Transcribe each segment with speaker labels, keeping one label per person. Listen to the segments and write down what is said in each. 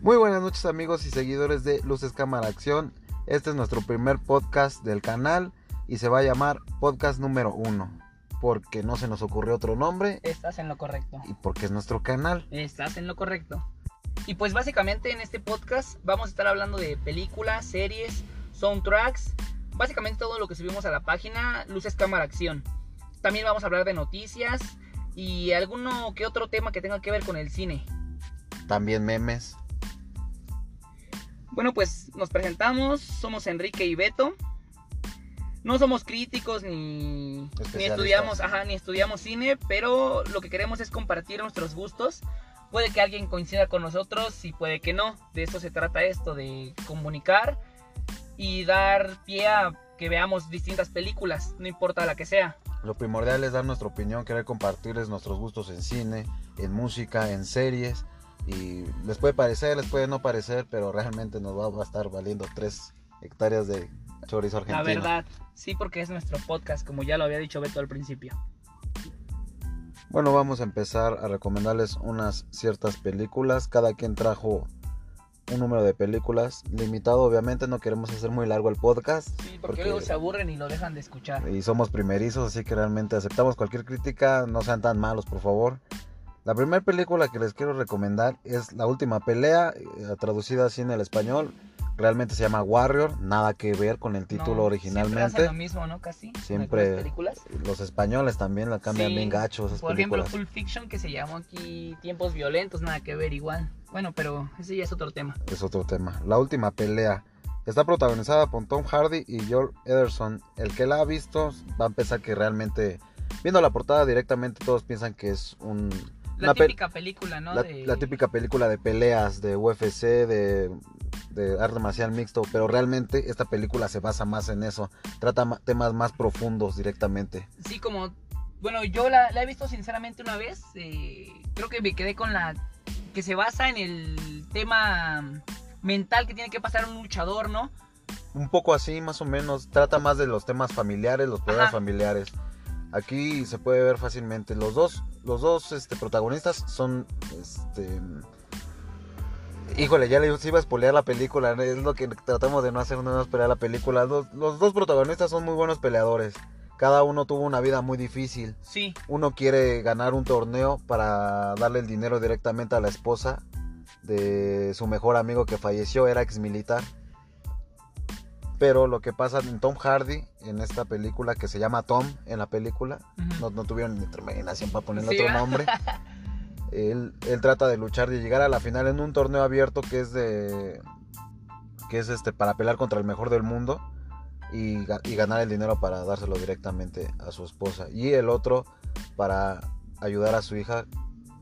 Speaker 1: Muy buenas noches amigos y seguidores de Luces Cámara Acción. Este es nuestro primer podcast del canal y se va a llamar podcast número uno. Porque no se nos ocurrió otro nombre
Speaker 2: Estás en lo correcto.
Speaker 1: y porque es nuestro canal.
Speaker 2: Estás en lo correcto. Y pues básicamente en este podcast vamos a estar hablando de películas, series, soundtracks, básicamente todo lo que subimos a la página, luces, cámara, acción. También vamos a hablar de noticias y alguno que otro tema que tenga que ver con el cine.
Speaker 1: También memes.
Speaker 2: Bueno, pues nos presentamos, somos Enrique y Beto. No somos críticos ni, ni
Speaker 1: Especialistas.
Speaker 2: estudiamos, ajá, ni estudiamos cine, pero lo que queremos es compartir nuestros gustos. Puede que alguien coincida con nosotros y puede que no. De eso se trata esto, de comunicar y dar pie a que veamos distintas películas, no importa la que sea.
Speaker 1: Lo primordial es dar nuestra opinión, querer compartirles nuestros gustos en cine, en música, en series. Y les puede parecer, les puede no parecer, pero realmente nos va a estar valiendo tres hectáreas de chorizo argentino.
Speaker 2: La verdad, sí, porque es nuestro podcast, como ya lo había dicho Beto al principio.
Speaker 1: Bueno, vamos a empezar a recomendarles unas ciertas películas. Cada quien trajo un número de películas limitado, obviamente. No queremos hacer muy largo el podcast
Speaker 2: Sí, porque luego se aburren y lo dejan de escuchar.
Speaker 1: y somos primerizos, así que realmente aceptamos cualquier crítica. No sean tan malos, por favor. La primera película que les quiero recomendar es La Última Pelea, eh, traducida así en el español. Realmente se llama Warrior, nada que ver con el título
Speaker 2: No, Siempre hacen
Speaker 1: originalmente.
Speaker 2: lo mismo, ¿no? Casi. en
Speaker 1: Siempre
Speaker 2: algunas películas.
Speaker 1: Los españoles también la cambian
Speaker 2: Sí.
Speaker 1: bien gachos esas
Speaker 2: Por ejemplo,
Speaker 1: películas.
Speaker 2: Pulp Fiction, que se llamó aquí Tiempos Violentos, nada que ver igual. Bueno, pero ese ya es otro tema.
Speaker 1: es otro tema. La última pelea está protagonizada por Tom Hardy y George Ederson. El que la ha visto va a pensar que realmente, viendo la portada directamente, todos piensan que es un,
Speaker 2: La
Speaker 1: Una pel-
Speaker 2: típica película, ¿no?
Speaker 1: la,
Speaker 2: De-
Speaker 1: la típica película de peleas, de UFC, de, de arte marcial mixto. Pero realmente esta película se basa más en eso. Trata ma- temas más profundos directamente.
Speaker 2: Sí, como... Bueno, yo la, la he visto sinceramente una vez. eh, creo que me quedé con la... Que se basa en el tema mental que tiene que pasar un luchador, ¿no?
Speaker 1: un poco así, más o menos. Trata más de los temas familiares, los problemas
Speaker 2: Ajá.
Speaker 1: familiares. Aquí se puede ver fácilmente. Los dos, los dos este, protagonistas son. Este. Híjole, ya les iba a spoilear la película. Es lo que tratamos de no hacer, no spoilear la película. Los, los dos protagonistas son muy buenos peleadores. Cada uno tuvo una vida muy difícil.
Speaker 2: Sí.
Speaker 1: Uno quiere ganar un torneo para darle el dinero directamente a la esposa de su mejor amigo que falleció, era ex militar. Pero lo que pasa en Tom Hardy, en esta película que se llama Tom, en la película,
Speaker 2: Ujú.
Speaker 1: no, no tuvieron ni terminación para ponerle
Speaker 2: Sí,
Speaker 1: otro
Speaker 2: ¿verdad?
Speaker 1: nombre. Él, él trata de luchar y llegar a la final en un torneo abierto que es de. que es este para pelear contra el mejor del mundo y, ga- y ganar el dinero para dárselo directamente a su esposa. Y el otro para ayudar a su hija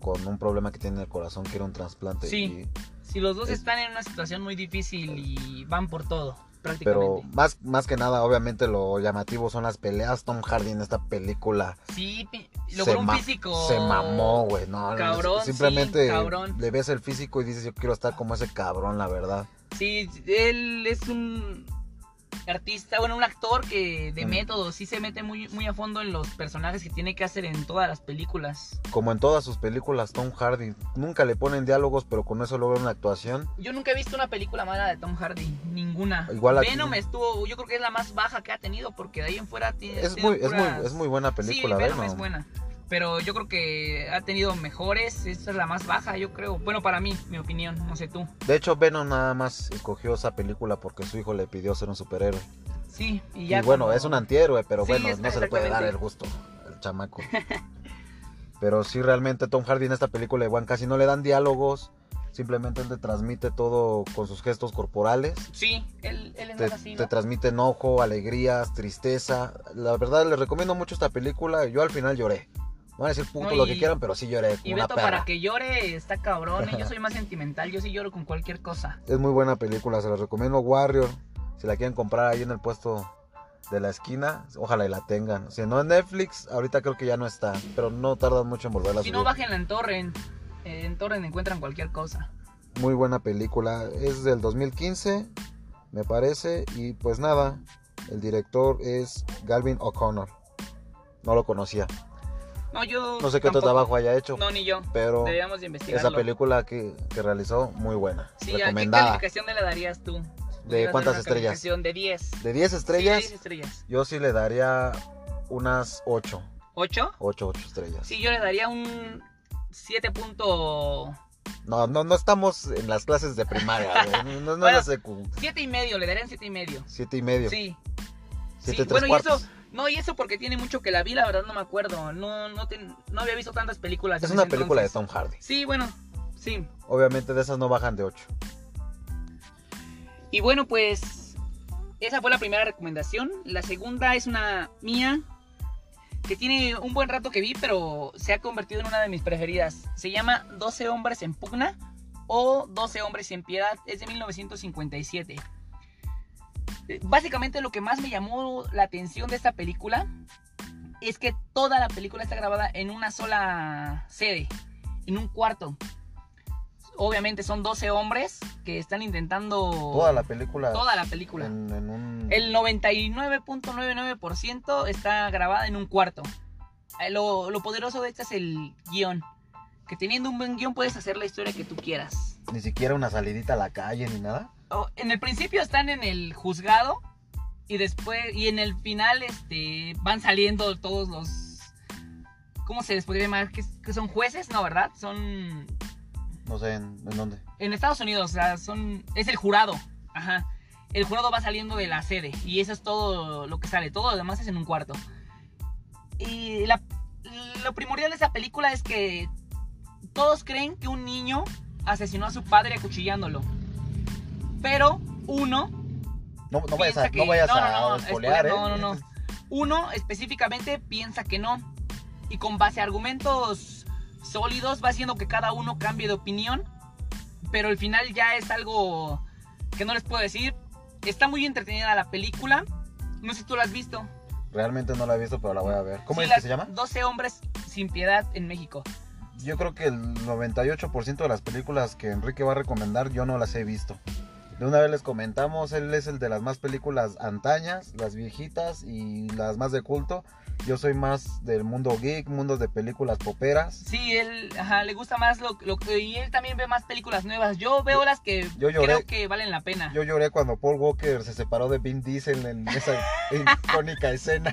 Speaker 1: con un problema que tiene en el corazón, que era un trasplante.
Speaker 2: Sí.
Speaker 1: y-
Speaker 2: Si los dos
Speaker 1: Es-
Speaker 2: están en una situación muy difícil y van por todo, prácticamente.
Speaker 1: pero más, más que nada, obviamente lo llamativo son las peleas. Tom Hardy en esta película
Speaker 2: Sí, pi-
Speaker 1: Se
Speaker 2: logró un
Speaker 1: ma-
Speaker 2: físico.
Speaker 1: Se mamó, güey. No, no,
Speaker 2: Cabrón,
Speaker 1: simplemente
Speaker 2: sí, cabrón.
Speaker 1: le ves el físico y dices, yo quiero estar como ese cabrón, la verdad.
Speaker 2: Sí, él es un artista, bueno, un actor que de
Speaker 1: Mm.
Speaker 2: método sí se mete muy, muy a fondo en los personajes que tiene que hacer en todas las películas.
Speaker 1: Como en todas sus películas, Tom Hardy nunca le ponen diálogos, pero con eso logra una actuación.
Speaker 2: Yo nunca he visto una película mala de Tom Hardy, ninguna.
Speaker 1: Igual aquí-
Speaker 2: Venom estuvo, yo creo que es la más baja que ha tenido, porque de ahí en fuera tiene.
Speaker 1: Es muy, es, muy, es muy buena película,
Speaker 2: sí, Venom
Speaker 1: Venom.
Speaker 2: es buena. Pero yo creo que ha tenido mejores, esta es la más baja, yo creo. Bueno, para mí, mi opinión, no sé tú.
Speaker 1: De hecho, Venom nada más escogió esa película porque su hijo le pidió ser un superhéroe.
Speaker 2: Sí, y
Speaker 1: Y,
Speaker 2: ya.
Speaker 1: bueno,
Speaker 2: como-
Speaker 1: es un antihéroe, pero
Speaker 2: Sí,
Speaker 1: bueno,
Speaker 2: es-
Speaker 1: no se le puede dar
Speaker 2: exactamente.
Speaker 1: el gusto al chamaco. pero sí, realmente Tom Hardy en esta película igual casi no le dan diálogos. Simplemente él te transmite todo con sus gestos corporales.
Speaker 2: Sí, él, él es
Speaker 1: Te,
Speaker 2: más así.
Speaker 1: te
Speaker 2: ¿no?
Speaker 1: transmite enojo, alegrías, tristeza. La verdad, les recomiendo mucho esta película. Yo al final lloré. Van a decir puto
Speaker 2: No,
Speaker 1: lo
Speaker 2: y-
Speaker 1: que quieran, pero sí lloré. como
Speaker 2: Y
Speaker 1: una
Speaker 2: Beto,
Speaker 1: perra.
Speaker 2: para que llore, está cabrón. y Yo soy más sentimental, yo sí lloro con cualquier cosa.
Speaker 1: Es muy buena película, se la recomiendo Warrior. Si la quieren comprar ahí en el puesto de la esquina, ojalá y la tengan. Si no en Netflix, ahorita creo que ya no está, pero no tardan mucho en volverla a
Speaker 2: Si
Speaker 1: subir.
Speaker 2: no, bájenla en Torrent. Eh, En Torrent encuentran cualquier cosa.
Speaker 1: Muy buena película, es del 2015, me parece, y pues nada, el director es Galvin O'Connor. No lo conocía.
Speaker 2: No, yo.
Speaker 1: No sé qué otro
Speaker 2: tampoco-
Speaker 1: trabajo haya hecho,
Speaker 2: No, ni yo.
Speaker 1: pero
Speaker 2: Deberíamos de investigarlo.
Speaker 1: esa película que, que realizó, muy buena.
Speaker 2: Sí, ¿a qué
Speaker 1: recomendada.
Speaker 2: calificación le darías tú?
Speaker 1: ¿De
Speaker 2: Pudieras
Speaker 1: cuántas
Speaker 2: dar una
Speaker 1: estrellas?
Speaker 2: calificación De 10.
Speaker 1: De 10
Speaker 2: Sí,
Speaker 1: estrellas,
Speaker 2: 10 estrellas.
Speaker 1: yo sí le daría unas 8.
Speaker 2: ¿8?
Speaker 1: 8, 8 estrellas.
Speaker 2: Sí, yo le daría un 7. Punto...
Speaker 1: No, no, no estamos en las clases de primaria, güey. no, no, no
Speaker 2: Bueno.
Speaker 1: las de cu-
Speaker 2: 7 y medio, le daría un 7 y medio.
Speaker 1: siete y medio,
Speaker 2: Sí.
Speaker 1: siete tres
Speaker 2: sí. Bueno, y
Speaker 1: cuartos.
Speaker 2: eso- No, y eso porque tiene mucho que la vi, la verdad no me acuerdo. No, no, ten- no había visto tantas películas.
Speaker 1: Es
Speaker 2: en
Speaker 1: una
Speaker 2: ese
Speaker 1: película de
Speaker 2: entonces.
Speaker 1: Tom Hardy.
Speaker 2: Sí, bueno, sí.
Speaker 1: Obviamente de esas no bajan de 8.
Speaker 2: Y bueno, pues esa fue la primera recomendación. La segunda es una mía que tiene un buen rato que vi, pero se ha convertido en una de mis preferidas. Se llama 12 hombres en pugna o 12 hombres sin piedad. Es de 1957. Eh, Básicamente lo que más me llamó la atención de esta película es que toda la película está grabada en una sola sede, en un cuarto. Obviamente son 12 hombres que están intentando
Speaker 1: Toda la película
Speaker 2: toda la película.
Speaker 1: en, en un...
Speaker 2: El 99.99% está grabada en un cuarto. Eh, Lo, lo poderoso de esta es el guión. Que teniendo un buen guión puedes hacer la historia que tú quieras.
Speaker 1: Ni siquiera una salidita a la calle ni nada.
Speaker 2: O- en el principio están en el juzgado y después y en el final este van saliendo todos los ¿Cómo se les podría llamar? ¿Que, que son jueces? No, ¿verdad? Son
Speaker 1: No sé en, en dónde.
Speaker 2: en Estados Unidos, o sea, son es el jurado. Ajá. El jurado va saliendo de la sede y eso es todo lo que sale, todo lo demás es en un cuarto. Y la- lo primordial de esta película es que todos creen que un niño asesinó a su padre acuchillándolo. Pero uno
Speaker 1: No, no vayas
Speaker 2: piensa
Speaker 1: a,
Speaker 2: que-
Speaker 1: no vayas
Speaker 2: no,
Speaker 1: a
Speaker 2: no, no,
Speaker 1: espolear,
Speaker 2: espolear,
Speaker 1: ¿eh?
Speaker 2: no, no, no. Uno específicamente piensa que no. Y con base a argumentos sólidos va haciendo que cada uno cambie de opinión. Pero el final ya es algo que no les puedo decir. Está muy entretenida la película. No sé si tú la has visto.
Speaker 1: Realmente no la he visto, pero la voy a ver. ¿Cómo
Speaker 2: Sí,
Speaker 1: es
Speaker 2: la-
Speaker 1: que se llama?
Speaker 2: 12 hombres sin piedad en México.
Speaker 1: Yo creo que el 98% de las películas que Enrique va a recomendar yo no las he visto. De una vez les comentamos, él es el de las más películas antañas, las viejitas y las más de culto. Yo soy más del mundo geek, mundos de películas poperas.
Speaker 2: Sí, él ajá, le gusta más lo, lo que... Y él también ve más películas nuevas. Yo veo las que
Speaker 1: yo lloré.
Speaker 2: creo que valen la pena.
Speaker 1: Yo lloré cuando Paul Walker se separó de Vin Diesel en esa icónica escena.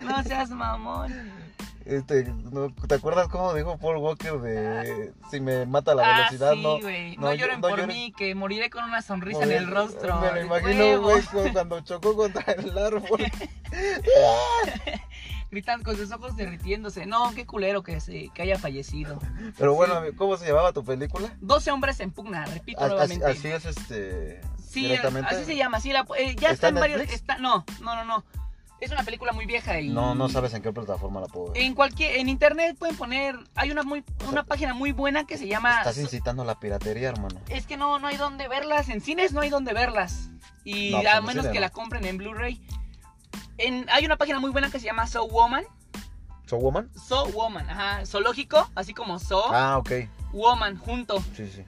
Speaker 2: No seas mamón.
Speaker 1: Este, ¿no? ¿Te acuerdas cómo dijo Paul Walker de si me mata la velocidad?
Speaker 2: Ah, sí,
Speaker 1: no,
Speaker 2: güey.
Speaker 1: no,
Speaker 2: No,
Speaker 1: yo-
Speaker 2: lloren
Speaker 1: no
Speaker 2: por
Speaker 1: lloren.
Speaker 2: mí, que moriré con una sonrisa
Speaker 1: Joder,
Speaker 2: en el rostro.
Speaker 1: Me lo imagino,
Speaker 2: Huevo.
Speaker 1: güey, cu- cuando chocó contra el árbol.
Speaker 2: Gritando con sus ojos derritiéndose. No, qué culero que, se, que haya fallecido.
Speaker 1: Pero bueno, ¿cómo se llamaba tu película?
Speaker 2: 12 hombres en pugna, repito
Speaker 1: A- Así,
Speaker 2: nuevamente.
Speaker 1: así es este.
Speaker 2: sí,
Speaker 1: directamente.
Speaker 2: así se llama. Sí, la, eh, ya
Speaker 1: ¿Está
Speaker 2: están
Speaker 1: en
Speaker 2: varios.
Speaker 1: Netflix?
Speaker 2: está- no, no, no, no. Es una película muy vieja y.
Speaker 1: No, no sabes en qué plataforma la puedo ver.
Speaker 2: En cualquier, en internet pueden poner, hay una muy, una página muy buena que se llama.
Speaker 1: Estás incitando la piratería, hermano.
Speaker 2: Es que no, no hay donde verlas. En cines no hay donde verlas. Y
Speaker 1: No, pues
Speaker 2: a
Speaker 1: en
Speaker 2: menos
Speaker 1: cine
Speaker 2: que
Speaker 1: no.
Speaker 2: la compren en Blu-ray. En- hay una página muy buena que se llama So Woman.
Speaker 1: ¿So Woman?
Speaker 2: So Woman, ajá. Zoológico, así como So
Speaker 1: Ah, ok.
Speaker 2: Woman, junto.
Speaker 1: Sí, sí.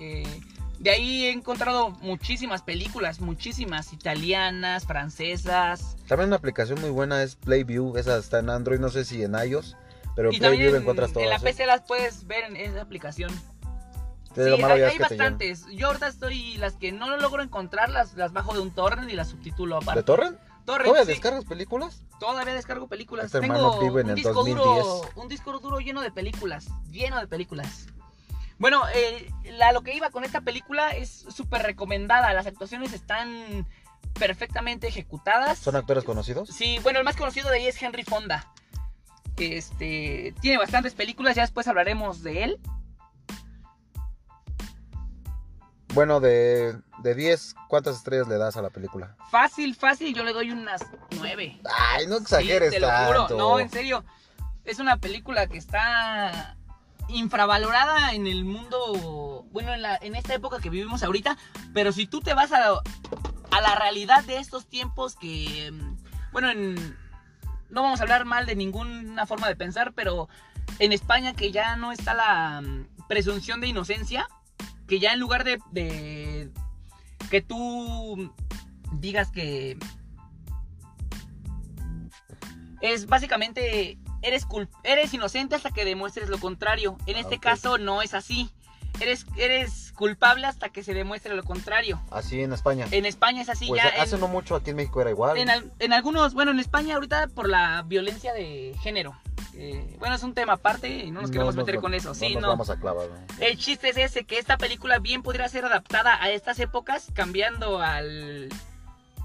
Speaker 2: Eh, de ahí he encontrado muchísimas películas, muchísimas italianas, francesas.
Speaker 1: También una aplicación muy buena es Playview. Esa está en Android, no sé si en iOS. Pero
Speaker 2: y
Speaker 1: Playview
Speaker 2: también
Speaker 1: encuentras todas.
Speaker 2: en la
Speaker 1: ¿eh?
Speaker 2: PC las puedes ver en esa aplicación.
Speaker 1: Pero lo
Speaker 2: sí,
Speaker 1: malo
Speaker 2: hay,
Speaker 1: ya es
Speaker 2: hay
Speaker 1: que te llenan.
Speaker 2: bastantes. Yo ahorita estoy, las que no lo logro encontrar, las, las bajo de un torrent y las subtitulo
Speaker 1: ¿De
Speaker 2: aparte.
Speaker 1: Torrent?
Speaker 2: Torrent,
Speaker 1: ¿Todavía
Speaker 2: sí.
Speaker 1: descargas películas?
Speaker 2: Todavía descargo películas.
Speaker 1: Este hermano
Speaker 2: Tengo
Speaker 1: vive en
Speaker 2: un
Speaker 1: el
Speaker 2: disco
Speaker 1: 2010.
Speaker 2: duro, un disco duro lleno de películas, lleno de películas. Bueno, eh, la- lo que iba con esta película es súper recomendada. Las actuaciones están perfectamente ejecutadas.
Speaker 1: ¿Son actores conocidos?
Speaker 2: Sí, bueno, el más conocido de ahí es Henry Fonda. Este tiene bastantes películas, ya después hablaremos de él.
Speaker 1: Bueno, de, de 10, ¿cuántas estrellas le das a la película?
Speaker 2: Fácil, fácil, yo le doy unas nueve.
Speaker 1: Ay, no
Speaker 2: Sí,
Speaker 1: exageres
Speaker 2: te lo juro.
Speaker 1: tanto.
Speaker 2: No, en serio. Es una película que está infravalorada en el mundo, bueno, en, la- en esta época que vivimos ahorita, pero si tú te vas a, a la realidad de estos tiempos que, mm, bueno, en- no vamos a hablar mal de ninguna forma de pensar, pero en España que ya no está la mm, presunción de inocencia, que ya en lugar de, de que tú digas que es básicamente eres, cul- eres inocente hasta que demuestres lo contrario. En
Speaker 1: Ah,
Speaker 2: este
Speaker 1: ok.
Speaker 2: caso no es así. Eres, eres culpable hasta que se demuestre lo contrario.
Speaker 1: Así en España.
Speaker 2: En España es así
Speaker 1: pues
Speaker 2: ya.
Speaker 1: hace
Speaker 2: en,
Speaker 1: no mucho aquí en México era igual.
Speaker 2: en al- en algunos, bueno, en España ahorita por la violencia de género. Eh, bueno, es un tema aparte y no nos queremos meter
Speaker 1: va-
Speaker 2: con eso. sí,
Speaker 1: nos
Speaker 2: no.
Speaker 1: vamos a clavar. ¿no?
Speaker 2: El chiste es ese, que esta película bien podría ser adaptada a estas épocas, cambiando al,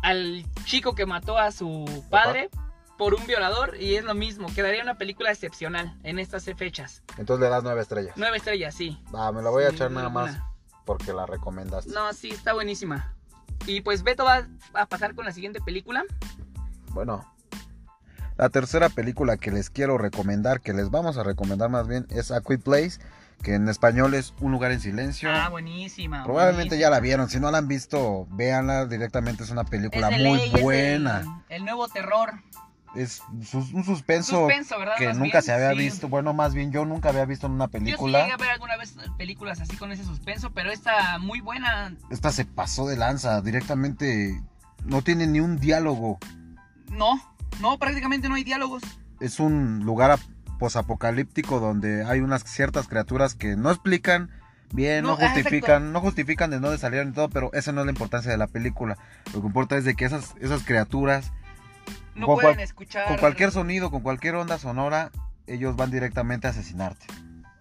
Speaker 2: al chico que mató a su padre por un violador, y es lo mismo, quedaría una película excepcional en estas e-, fechas.
Speaker 1: Entonces le das nueve estrellas.
Speaker 2: Nueve estrellas, sí.
Speaker 1: Ah, me la voy a
Speaker 2: Sin
Speaker 1: echar nada
Speaker 2: ninguna.
Speaker 1: más porque la recomendaste.
Speaker 2: No, sí, está buenísima. Y pues Beto va a pasar con la siguiente película.
Speaker 1: Bueno. La tercera película que les quiero recomendar, que les vamos a recomendar más bien, es A Quiet Place, que en español es Un lugar en silencio.
Speaker 2: Ah, buenísima.
Speaker 1: Probablemente ya
Speaker 2: buenísima.
Speaker 1: la vieron, si no la han visto, véanla directamente, es una película
Speaker 2: Es de
Speaker 1: muy
Speaker 2: ley, es
Speaker 1: buena.
Speaker 2: El, el nuevo terror.
Speaker 1: Es sus- un suspenso,
Speaker 2: Suspenso, ¿verdad?
Speaker 1: que
Speaker 2: Más
Speaker 1: nunca
Speaker 2: bien,
Speaker 1: se había
Speaker 2: sí.
Speaker 1: visto, bueno, más bien yo nunca había visto en una
Speaker 2: Yo sí
Speaker 1: película.
Speaker 2: llegué a ver alguna vez películas así con ese suspenso, pero esta muy buena
Speaker 1: Esta se pasó de lanza, directamente no tiene ni un diálogo.
Speaker 2: No, no, prácticamente no hay diálogos.
Speaker 1: es un lugar ap- posapocalíptico donde hay unas ciertas criaturas que no explican bien, no,
Speaker 2: No, ah,
Speaker 1: justifican, no justifican de dónde salieron y todo, pero esa no es la importancia de la película. Lo que importa es de que esas, esas criaturas,
Speaker 2: No
Speaker 1: Con
Speaker 2: pueden
Speaker 1: cual-
Speaker 2: escuchar.
Speaker 1: con cualquier sonido, con cualquier onda sonora, ellos van directamente a asesinarte.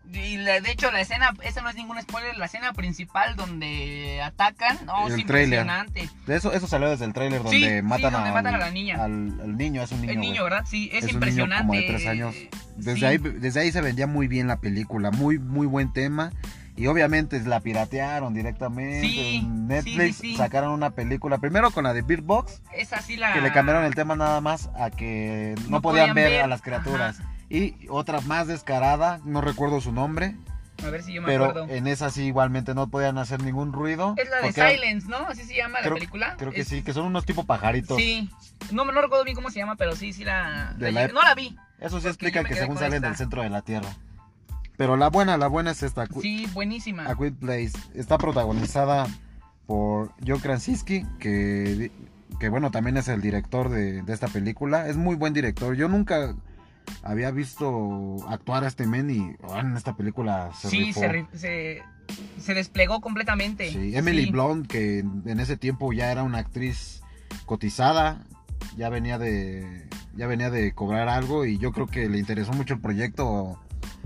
Speaker 2: Y la- de hecho, la escena, esa no es ningún spoiler, la escena principal donde atacan, no,
Speaker 1: El
Speaker 2: es
Speaker 1: tráiler.
Speaker 2: impresionante.
Speaker 1: De eso, eso salió desde el tráiler donde,
Speaker 2: sí,
Speaker 1: matan,
Speaker 2: sí, donde
Speaker 1: al,
Speaker 2: matan a la niña.
Speaker 1: al- al niño, es un niño.
Speaker 2: El
Speaker 1: güey.
Speaker 2: niño, ¿verdad? Sí, es,
Speaker 1: Es un niño
Speaker 2: impresionante.
Speaker 1: como de tres años. Desde,
Speaker 2: Sí.
Speaker 1: ahí, desde ahí se vendía muy bien la película, muy, muy buen tema. Y obviamente la piratearon directamente.
Speaker 2: Sí,
Speaker 1: en Netflix
Speaker 2: sí, sí, sí.
Speaker 1: sacaron una película, primero con la de Bird Box,
Speaker 2: Es así la.
Speaker 1: que le cambiaron el tema nada más a que no,
Speaker 2: Ah.
Speaker 1: podían,
Speaker 2: No podían
Speaker 1: ver,
Speaker 2: ver,
Speaker 1: a las criaturas. Y otra más descarada, no recuerdo su nombre,
Speaker 2: A ver si yo me
Speaker 1: pero
Speaker 2: acuerdo.
Speaker 1: en esa sí igualmente no podían hacer ningún ruido.
Speaker 2: es la de
Speaker 1: porque eran-
Speaker 2: Silence, ¿no? Así se llama
Speaker 1: Creo-
Speaker 2: la película.
Speaker 1: Creo que
Speaker 2: Es-
Speaker 1: sí, que son unos tipo pajaritos.
Speaker 2: Sí. No, no recuerdo bien cómo se llama, pero sí, sí la.
Speaker 1: De
Speaker 2: la-
Speaker 1: la-
Speaker 2: No la vi.
Speaker 1: Eso sí
Speaker 2: Porque yo
Speaker 1: explica
Speaker 2: me
Speaker 1: que
Speaker 2: quedé
Speaker 1: según
Speaker 2: con
Speaker 1: salen
Speaker 2: esta.
Speaker 1: del centro de la Tierra. Pero la buena, la buena es esta. cu-
Speaker 2: Sí, buenísima.
Speaker 1: A Quiet Place está protagonizada por Joe Krasinski, que, que bueno, también es el director de, de esta película. Es muy buen director. Yo nunca había visto actuar a este men y ah, en esta película se
Speaker 2: sí,
Speaker 1: rifó.
Speaker 2: se, ri- se, se desplegó completamente.
Speaker 1: Sí, Emily
Speaker 2: Sí.
Speaker 1: Blunt, que en ese tiempo ya era una actriz cotizada, ya venía de ya venía de cobrar algo y yo creo que le interesó mucho el proyecto o,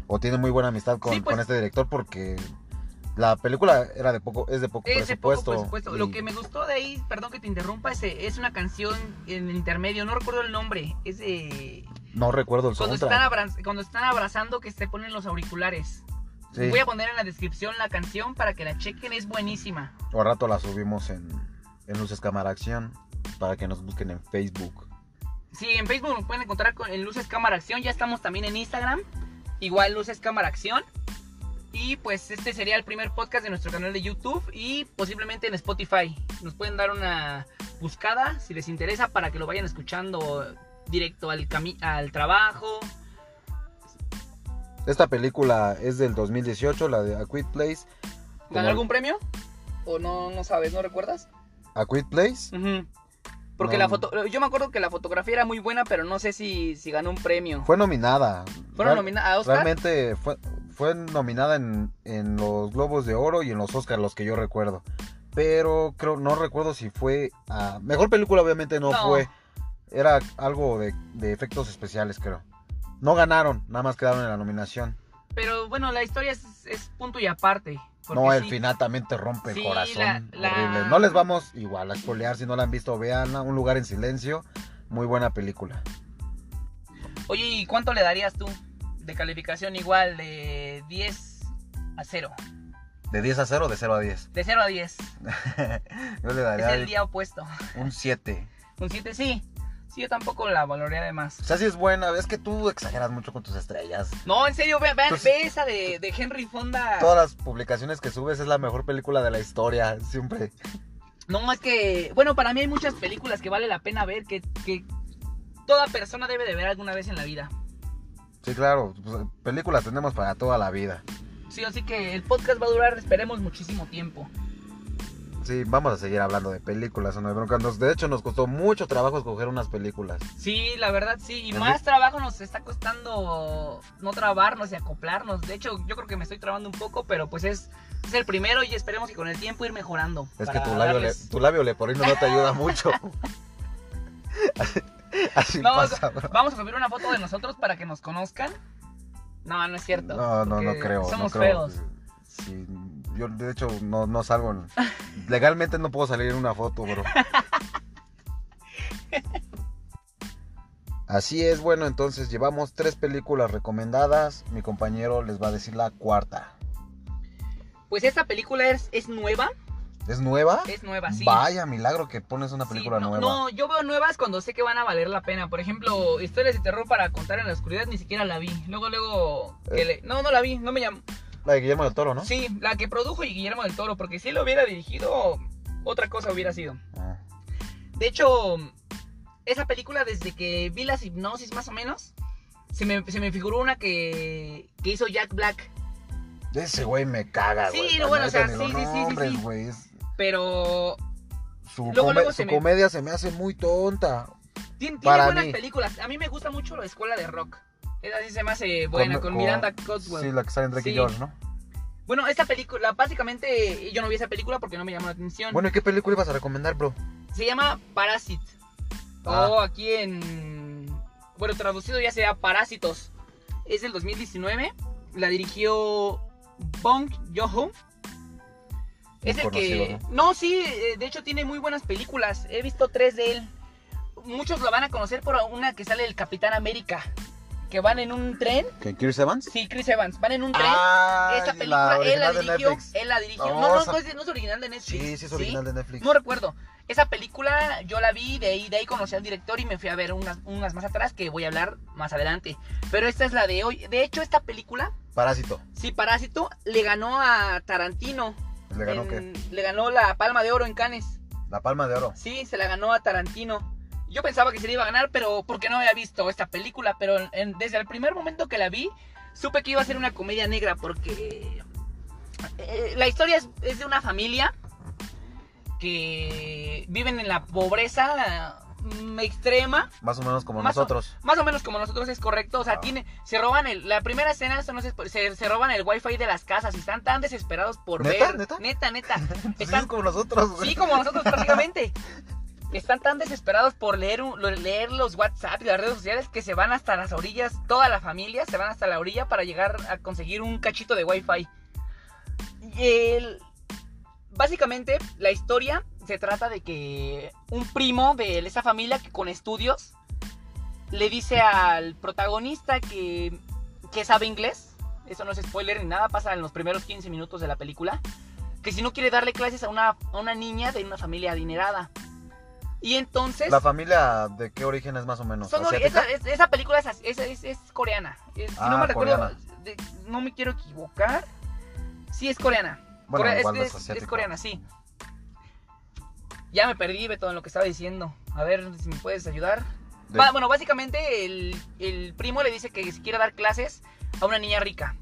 Speaker 1: o tiene muy buena amistad con,
Speaker 2: Sí, pues.
Speaker 1: con este director porque la película era de poco es de poco
Speaker 2: Es de poco
Speaker 1: presupuesto.
Speaker 2: presupuesto.
Speaker 1: y-
Speaker 2: Lo que me gustó de ahí, perdón que te interrumpa, es, eh, es una canción en el intermedio, no recuerdo el nombre. Es de.
Speaker 1: No recuerdo el
Speaker 2: Cuando están,
Speaker 1: soundtrack.
Speaker 2: abra- cuando están abrazando, que se ponen los auriculares.
Speaker 1: Sí,
Speaker 2: Voy a poner en la descripción la canción para que la chequen, es buenísima.
Speaker 1: o al rato la subimos en en Luces Cámara Acción para que nos busquen en Facebook.
Speaker 2: Sí, en Facebook nos pueden encontrar con- en Luces Cámara Acción. Ya estamos también en Instagram. Igual Luces Cámara Acción. Y pues este sería el primer podcast de nuestro canal de YouTube y posiblemente en Spotify. Nos pueden dar una buscada si les interesa para que lo vayan escuchando directo al, cami- al trabajo.
Speaker 1: Esta película es del 2018, la de A Quiet Place.
Speaker 2: ¿Ganó algún premio? ¿O no, no sabes? ¿No recuerdas?
Speaker 1: A Quiet Place.
Speaker 2: Ujú. Porque
Speaker 1: No.
Speaker 2: la foto, yo me acuerdo que la fotografía era muy buena, pero no sé si, si ganó un premio.
Speaker 1: Fue nominada.
Speaker 2: Mm. ¿Fueron
Speaker 1: Real-
Speaker 2: nominadas a Oscar?
Speaker 1: Realmente fue, fue nominada en, en los Globos de Oro y en los Oscars, los que yo recuerdo. Pero creo, no recuerdo si fue a... Mejor película obviamente no,
Speaker 2: No.
Speaker 1: fue. Era algo de, de efectos especiales, creo. No ganaron, nada más quedaron en la nominación.
Speaker 2: Pero bueno, la historia es, es punto y aparte. porque
Speaker 1: no, el
Speaker 2: sí-
Speaker 1: final también te rompe el
Speaker 2: Sí,
Speaker 1: corazón.
Speaker 2: la- la-
Speaker 1: Horrible. No les vamos igual a espolear, si no la han visto, veanla. Un lugar en silencio. Muy buena película.
Speaker 2: Oye, ¿y cuánto le darías tú de calificación igual de 10 a 0?
Speaker 1: De 10 a 0, de 0 a 10.
Speaker 2: De 0 a 10.
Speaker 1: Yo le
Speaker 2: Es
Speaker 1: daría
Speaker 2: el día opuesto.
Speaker 1: un 7.
Speaker 2: Un 7 sí. Sí, yo tampoco la valoraría de
Speaker 1: O
Speaker 2: más.
Speaker 1: sea, sí es buena, es que tú exageras mucho con tus estrellas.
Speaker 2: No, en serio, ve, ve-
Speaker 1: Pues-
Speaker 2: ve esa de, de Henry Fonda.
Speaker 1: Todas las publicaciones que subes es la mejor película de la historia, siempre.
Speaker 2: No, es que, bueno, para mí hay muchas películas que vale la pena ver, que, que toda persona debe de ver alguna vez en la vida.
Speaker 1: Sí, claro, pues, películas tenemos para toda la vida.
Speaker 2: Sí, así que el podcast va a durar, esperemos, muchísimo tiempo.
Speaker 1: Sí, vamos a seguir hablando de películas, no hay bronca. Nos- de hecho, nos costó mucho trabajo escoger unas películas.
Speaker 2: Sí, la verdad sí. Y
Speaker 1: Así-
Speaker 2: más trabajo nos está costando no trabarnos y acoplarnos. De hecho, yo creo que me estoy trabando un poco, pero pues es, es el primero y esperemos que con el tiempo ir mejorando.
Speaker 1: Es
Speaker 2: para
Speaker 1: que tu labio, le,
Speaker 2: darles-
Speaker 1: tu labio leporino no te ayuda mucho. así así
Speaker 2: No,
Speaker 1: pasa, bro.
Speaker 2: Vamos a subir una foto de nosotros para que nos conozcan. No, no es cierto.
Speaker 1: No, no, no
Speaker 2: porque
Speaker 1: creo. no
Speaker 2: Somos
Speaker 1: creo.
Speaker 2: feos.
Speaker 1: Sí, yo de hecho no, no salgo. en- Legalmente no puedo salir en una foto, bro. Así es, bueno, entonces llevamos tres películas recomendadas. Mi compañero les va a decir la cuarta.
Speaker 2: Pues esta película es, es nueva.
Speaker 1: ¿Es nueva?
Speaker 2: Es nueva, sí.
Speaker 1: Vaya, milagro que pones una
Speaker 2: Sí,
Speaker 1: película
Speaker 2: no,
Speaker 1: nueva.
Speaker 2: No, yo veo nuevas cuando sé que van a valer la pena. Por ejemplo, historias de terror para contar en la oscuridad ni siquiera la vi. Luego, luego. que
Speaker 1: Eh.
Speaker 2: le- No, no la vi, no me llamó.
Speaker 1: La de Guillermo del Toro, ¿no?
Speaker 2: Sí, la que produjo Guillermo del Toro, porque si lo hubiera dirigido, otra cosa hubiera sido.
Speaker 1: Ah,
Speaker 2: De hecho, esa película, desde que vi las hipnosis más o menos, se me, se me figuró una que, que hizo Jack Black.
Speaker 1: Ese güey me caga,
Speaker 2: Sí,
Speaker 1: güey.
Speaker 2: no, bueno, o
Speaker 1: neta,
Speaker 2: sea,
Speaker 1: digo,
Speaker 2: sí, sí,
Speaker 1: "No,
Speaker 2: sí, sí,
Speaker 1: hombres,
Speaker 2: sí".
Speaker 1: güey, es-
Speaker 2: Pero
Speaker 1: Su,
Speaker 2: Luego,
Speaker 1: come-
Speaker 2: luego
Speaker 1: su
Speaker 2: se me-
Speaker 1: comedia se me hace muy tonta.
Speaker 2: tiene, tiene
Speaker 1: Para
Speaker 2: buenas
Speaker 1: mí.
Speaker 2: películas. A mí me gusta mucho la escuela de rock. Esa sí se me hace buena, con,
Speaker 1: con-
Speaker 2: Miranda
Speaker 1: Sí,
Speaker 2: Coswell.
Speaker 1: la que sale en Drake y
Speaker 2: Sí.
Speaker 1: George, ¿no?
Speaker 2: Bueno, esta película, básicamente yo no vi esa película porque no me llamó la atención.
Speaker 1: Bueno, ¿y qué película ibas a recomendar, bro?
Speaker 2: Se llama Parasit.
Speaker 1: Ah.
Speaker 2: O aquí en. Bueno, traducido ya sea Parásitos. Es del 2019. La dirigió Bong Joon-ho. Es el que.
Speaker 1: conocido,
Speaker 2: ¿no? sí, eh, de hecho tiene muy buenas películas. He visto tres de él. Muchos lo van a conocer por una que sale el Capitán América. Que van en un tren.
Speaker 1: ¿Que Chris Evans?
Speaker 2: Sí, Chris Evans. Van en un tren.
Speaker 1: Ah,
Speaker 2: Esa película él la
Speaker 1: original de
Speaker 2: dirigió. eh,
Speaker 1: Netflix.
Speaker 2: Él la dirigió.
Speaker 1: No,
Speaker 2: No, no,
Speaker 1: esa-
Speaker 2: no, es, no es original de Netflix.
Speaker 1: Sí, sí, es original de Netflix.
Speaker 2: No recuerdo. Esa película yo la vi, de ahí, de ahí conocí al director y me fui a ver unas, unas más atrás que voy a hablar más adelante. Pero esta es la de hoy. De hecho, esta película,
Speaker 1: Parásito.
Speaker 2: sí, Parásito, le ganó a Tarantino.
Speaker 1: Le ganó
Speaker 2: en-
Speaker 1: que
Speaker 2: le ganó la Palma de Oro en Cannes.
Speaker 1: La Palma de Oro.
Speaker 2: Sí, se la ganó a Tarantino. Yo pensaba que se le iba a ganar, pero porque no había visto esta película. Pero en- desde el primer momento que la vi, supe que iba a ser una comedia negra porque eh, la historia es, es de una familia que viven en la pobreza mm, extrema.
Speaker 1: Más o menos como
Speaker 2: Más o-
Speaker 1: nosotros.
Speaker 2: Más o menos como nosotros es correcto. O sea,
Speaker 1: Ah.
Speaker 2: tiene, se roban el. La primera escena son los espo- se, se roban el wifi de las casas y están tan desesperados por
Speaker 1: ¿Neta?
Speaker 2: ver.
Speaker 1: ¿Neta?
Speaker 2: neta, neta.
Speaker 1: Pues sí,
Speaker 2: Están
Speaker 1: es como nosotros, güey.
Speaker 2: Sí, como nosotros prácticamente. Están tan desesperados por leer, un- lo- leer los WhatsApp y las redes sociales que se van hasta las orillas, toda la familia se van hasta la orilla para llegar a conseguir un cachito de Wi-Fi. Y el- Básicamente, la historia se trata de que un primo de esa familia que con estudios le dice al protagonista que, que sabe inglés, eso no es spoiler ni nada, pasa en los primeros 15 minutos de la película, que si no quiere darle clases a una, a una niña de una familia adinerada. Y entonces...
Speaker 1: ¿La familia de qué origen es más o menos?
Speaker 2: son ori-
Speaker 1: ¿Asiática?
Speaker 2: esa, eh, es- esa película es, as- es- es- es coreana. Es- si
Speaker 1: Ah,
Speaker 2: no me recuerdo,
Speaker 1: coreana.
Speaker 2: de- no me quiero equivocar. Sí, es coreana.
Speaker 1: Bueno,
Speaker 2: Corea-
Speaker 1: igual
Speaker 2: es,
Speaker 1: no
Speaker 2: es-
Speaker 1: es
Speaker 2: es
Speaker 1: asiática.
Speaker 2: coreana, sí. Ya me perdí, Beto, en lo que estaba diciendo. A ver si me puedes ayudar.
Speaker 1: De-
Speaker 2: Ba- bueno, básicamente el, el primo le dice que si quiere dar clases a una niña rica.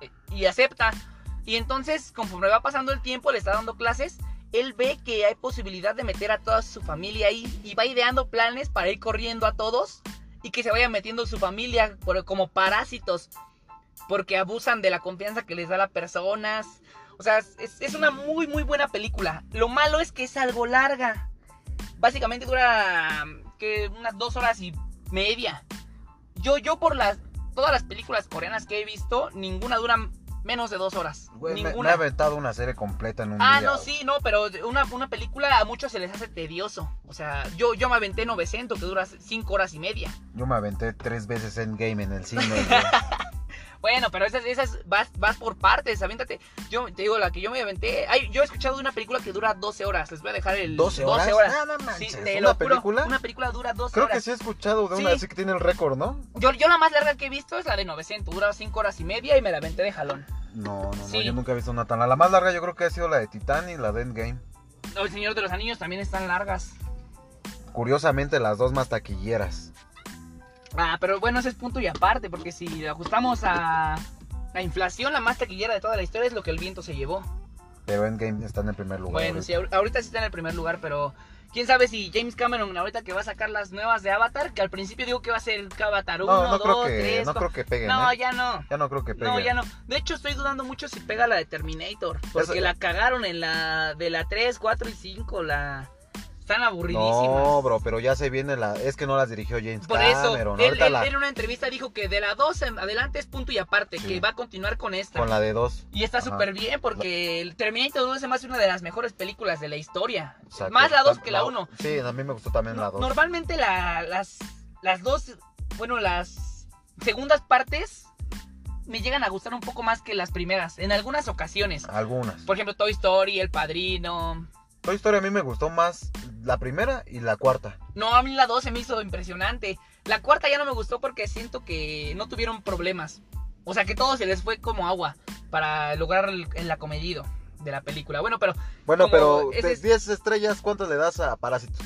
Speaker 2: Eh, Y acepta. Y entonces, conforme va pasando el tiempo, le está dando clases. Él ve que hay posibilidad de meter a toda su familia ahí y va ideando planes para ir corriendo a todos y que se vaya metiendo su familia por- como parásitos porque abusan de la confianza que les da las personas. O sea, es, es una muy, muy buena película. Lo malo es que es algo larga. Básicamente dura que unas dos horas y media. Yo, yo por las todas las películas coreanas que he visto, ninguna dura menos de dos horas.
Speaker 1: Güey, me- me,
Speaker 2: ninguna.
Speaker 1: ha aventado una serie completa en un
Speaker 2: Ah,
Speaker 1: día.
Speaker 2: no, sí, no, pero una, una película a muchos se les hace tedioso. O sea, yo, yo me aventé 900, que dura 5 horas y media.
Speaker 1: Yo me aventé tres veces Endgame en el cine. güey.
Speaker 2: Bueno, pero esas, esas vas, vas por partes, aviéntate. Yo te digo, la que yo me aventé. Ay, yo he escuchado de una película que dura 12 horas. Les voy a dejar el.
Speaker 1: ¿12 horas? No, no
Speaker 2: Sí,
Speaker 1: manches.
Speaker 2: te
Speaker 1: ¿Una
Speaker 2: lo juro,
Speaker 1: película?
Speaker 2: Una película dura 12
Speaker 1: Creo que
Speaker 2: horas.
Speaker 1: sí he escuchado de una
Speaker 2: Sí.
Speaker 1: así que tiene el récord, ¿no?
Speaker 2: Yo, yo la más larga que he visto es la de 900. Dura 5 horas y media y me la aventé de jalón.
Speaker 1: No, no, no,
Speaker 2: Sí.
Speaker 1: yo nunca he visto una tan larga. La más larga yo creo que ha sido la de Titan y la de Endgame.
Speaker 2: No, El Señor de los Anillos también están largas.
Speaker 1: Curiosamente las dos más taquilleras.
Speaker 2: Ah, pero bueno, ese es punto y aparte, porque si lo ajustamos a la inflación, la más taquillera de toda la historia es lo que el viento se llevó.
Speaker 1: Pero Endgame está en el primer lugar.
Speaker 2: Bueno, sí, ahor- ahorita sí está en el primer lugar, pero quién sabe si James Cameron, ahorita que va a sacar las nuevas de Avatar, que al principio digo que va a ser Avatar 1,
Speaker 1: no, no,
Speaker 2: 2,
Speaker 1: creo que,
Speaker 2: 3.
Speaker 1: no creo que peguen.
Speaker 2: no,
Speaker 1: ¿eh?
Speaker 2: ya no.
Speaker 1: Ya no creo que peguen.
Speaker 2: No, ya no. De hecho, estoy dudando mucho si pega la de Terminator. Porque
Speaker 1: Eso-
Speaker 2: la cagaron en la de la 3, 4 y 5. La... Están aburridísimas.
Speaker 1: No, bro, pero ya se viene la. Es que no las dirigió James
Speaker 2: Por eso,
Speaker 1: Cameron.
Speaker 2: él,
Speaker 1: Ahorita
Speaker 2: él-
Speaker 1: la-
Speaker 2: él en una entrevista dijo que de la 2 en adelante es punto y aparte,
Speaker 1: Sí.
Speaker 2: que va a continuar con esta.
Speaker 1: con la de dos.
Speaker 2: Y está
Speaker 1: Ajá.
Speaker 2: súper bien porque el Terminator 2 es más una de las mejores películas de la historia.
Speaker 1: Exacto.
Speaker 2: Más la 2 que la
Speaker 1: La-
Speaker 2: 1.
Speaker 1: Sí, a mí me gustó también la dos.
Speaker 2: Normalmente la- las, las dos, bueno, las segundas partes me llegan a gustar un poco más que las primeras, en algunas ocasiones.
Speaker 1: Algunas.
Speaker 2: Por ejemplo, Toy Story, El Padrino.
Speaker 1: Toy Story a mí me gustó más la primera y la cuarta.
Speaker 2: No, a mí la 2 se me hizo impresionante. La cuarta ya no me gustó porque siento que no tuvieron problemas. O sea, que todo se les fue como agua para lograr el, el acomedido de la película. Bueno, pero
Speaker 1: Bueno,
Speaker 2: Como
Speaker 1: pero
Speaker 2: ese
Speaker 1: de
Speaker 2: es-
Speaker 1: 10 estrellas, ¿cuántas le das a Parásitos?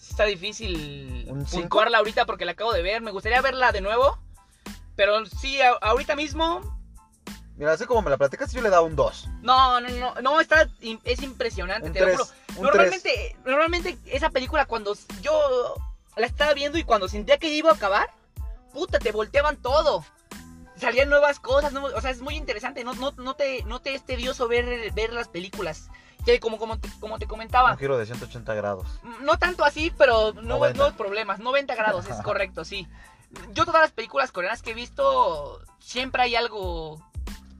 Speaker 2: sí está difícil
Speaker 1: ¿Un cinco?
Speaker 2: puntuarla ahorita porque la acabo de ver. Me gustaría verla de nuevo. Pero sí, a- ahorita mismo
Speaker 1: Mira, así como me la platicas, yo le daba un 2.
Speaker 2: No, no, no, no, está, im- es impresionante,
Speaker 1: Un
Speaker 2: te lo
Speaker 1: 3.
Speaker 2: juro.
Speaker 1: Un tres.
Speaker 2: Normalmente, normalmente esa película cuando s- yo la estaba viendo y cuando sentía que iba a acabar, puta, te volteaban todo. Salían nuevas cosas, nuevos- o sea, es muy interesante, no, no, no, te, no te es tedioso ver, ver las películas. Que como, como, te, como te
Speaker 1: Un
Speaker 2: comentaba,
Speaker 1: giro de 180 grados.
Speaker 2: no tanto así, pero no hubo
Speaker 1: 90.
Speaker 2: nuevos problemas, 90 grados, es correcto, sí. Yo todas las películas coreanas que he visto, siempre hay algo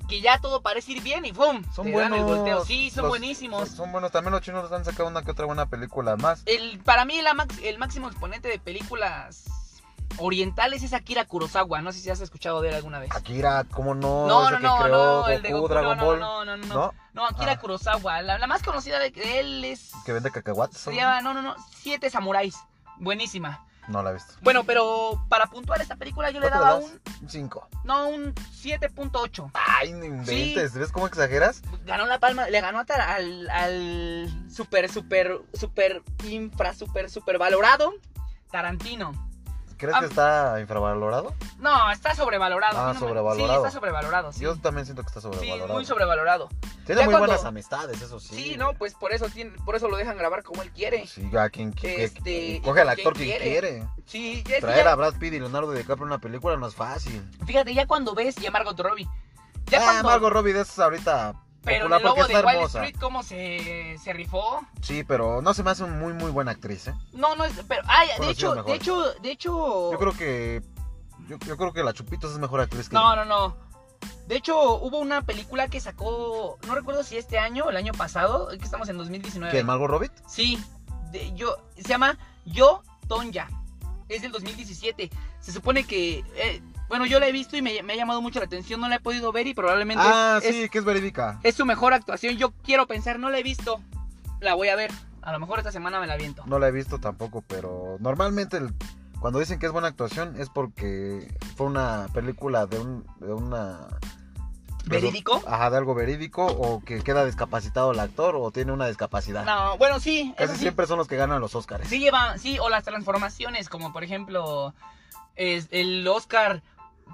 Speaker 2: que ya todo parece ir bien y ¡pum!
Speaker 1: Son
Speaker 2: te
Speaker 1: buenos.
Speaker 2: dan el volteo, sí, son
Speaker 1: Los-
Speaker 2: buenísimos.
Speaker 1: Son, son buenos. También los chinos nos han sacado una que otra buena película más.
Speaker 2: El, para mí la max- el máximo exponente de películas orientales es Akira Kurosawa, no sé si has escuchado de él alguna vez.
Speaker 1: Akira, ¿cómo no?
Speaker 2: No,
Speaker 1: Ese
Speaker 2: no,
Speaker 1: que
Speaker 2: no,
Speaker 1: creó
Speaker 2: no,
Speaker 1: Goku,
Speaker 2: el de Goku,
Speaker 1: Dragon
Speaker 2: no,
Speaker 1: Ball.
Speaker 2: no, no, no, no,
Speaker 1: ¿No?
Speaker 2: no, Akira
Speaker 1: Ah.
Speaker 2: Kurosawa, la, la más conocida de de él es...
Speaker 1: Que vende cacahuates.
Speaker 2: Se
Speaker 1: ¿o?
Speaker 2: llama, no, no, no, Siete Samuráis, buenísima.
Speaker 1: No la he visto.
Speaker 2: Bueno, pero para puntuar esta película yo le
Speaker 1: ¿Cuánto
Speaker 2: daba
Speaker 1: le das?
Speaker 2: un,
Speaker 1: Un 5.
Speaker 2: no, un 7.8.
Speaker 1: Ay, no inventes. ¿Ves cómo exageras?
Speaker 2: Ganó la palma, le ganó hasta al, al super, super, super, infra, super, super valorado Tarantino.
Speaker 1: ¿Crees
Speaker 2: Ah.
Speaker 1: que está infravalorado?
Speaker 2: No, está sobrevalorado.
Speaker 1: Ah,
Speaker 2: A mí no me-
Speaker 1: sobrevalorado.
Speaker 2: Sí, está sobrevalorado, sí.
Speaker 1: Yo también siento que está
Speaker 2: sí,
Speaker 1: sobrevalorado.
Speaker 2: muy sobrevalorado.
Speaker 1: Tiene
Speaker 2: Ya
Speaker 1: muy
Speaker 2: cuando-
Speaker 1: buenas amistades, eso sí.
Speaker 2: Sí, no, pues por eso, tiene, por eso lo dejan grabar como él quiere.
Speaker 1: Sí, a quien que-
Speaker 2: Este,
Speaker 1: Coge al
Speaker 2: ¿quién
Speaker 1: actor quien
Speaker 2: quiere?
Speaker 1: quiere.
Speaker 2: Sí, ya-
Speaker 1: Traer
Speaker 2: ya-
Speaker 1: a Brad Pitt y Leonardo DiCaprio en una película no es fácil.
Speaker 2: fíjate, ya cuando ves y a Margot Robbie. Ya
Speaker 1: ah,
Speaker 2: cuando,
Speaker 1: Margot Robbie de esas ahorita
Speaker 2: pero
Speaker 1: popular
Speaker 2: el
Speaker 1: porque
Speaker 2: lobo
Speaker 1: está
Speaker 2: de Wall
Speaker 1: hermosa.
Speaker 2: Street, ¿cómo se, se rifó?
Speaker 1: Sí, pero no se me hace muy muy buena actriz, ¿eh?
Speaker 2: No, no es. Pero, ay,
Speaker 1: Bueno,
Speaker 2: de
Speaker 1: sí, a
Speaker 2: hecho,
Speaker 1: lo mejor.
Speaker 2: de hecho, de hecho.
Speaker 1: Yo creo que yo, yo creo que la Chupitos es mejor actriz que
Speaker 2: No, no, no. De hecho, hubo una película que sacó. No recuerdo si este año o el año pasado. Que estamos en 2019.
Speaker 1: ¿Quién, Margot Robbie.
Speaker 2: Sí. de- yo, se llama Yo Tonya. Es del 2017. Se supone que. eh, bueno, yo la he visto y me, me ha llamado mucho la atención. No la he podido ver y probablemente.
Speaker 1: Ah,
Speaker 2: es,
Speaker 1: sí,
Speaker 2: es-
Speaker 1: que es verídica.
Speaker 2: es su mejor actuación. Yo quiero pensar, no la he visto. La voy a ver. A lo mejor esta semana me la viento.
Speaker 1: No la he visto tampoco, pero normalmente el- cuando dicen que es buena actuación es porque fue una película de un de una
Speaker 2: ¿Verídico?
Speaker 1: Ajá, de algo verídico o que queda discapacitado el actor o tiene una discapacidad.
Speaker 2: No, bueno, sí. eso
Speaker 1: Casi
Speaker 2: sí.
Speaker 1: siempre son los que ganan los Oscars.
Speaker 2: Sí, lleva, sí, o las transformaciones, como por ejemplo es el Oscar,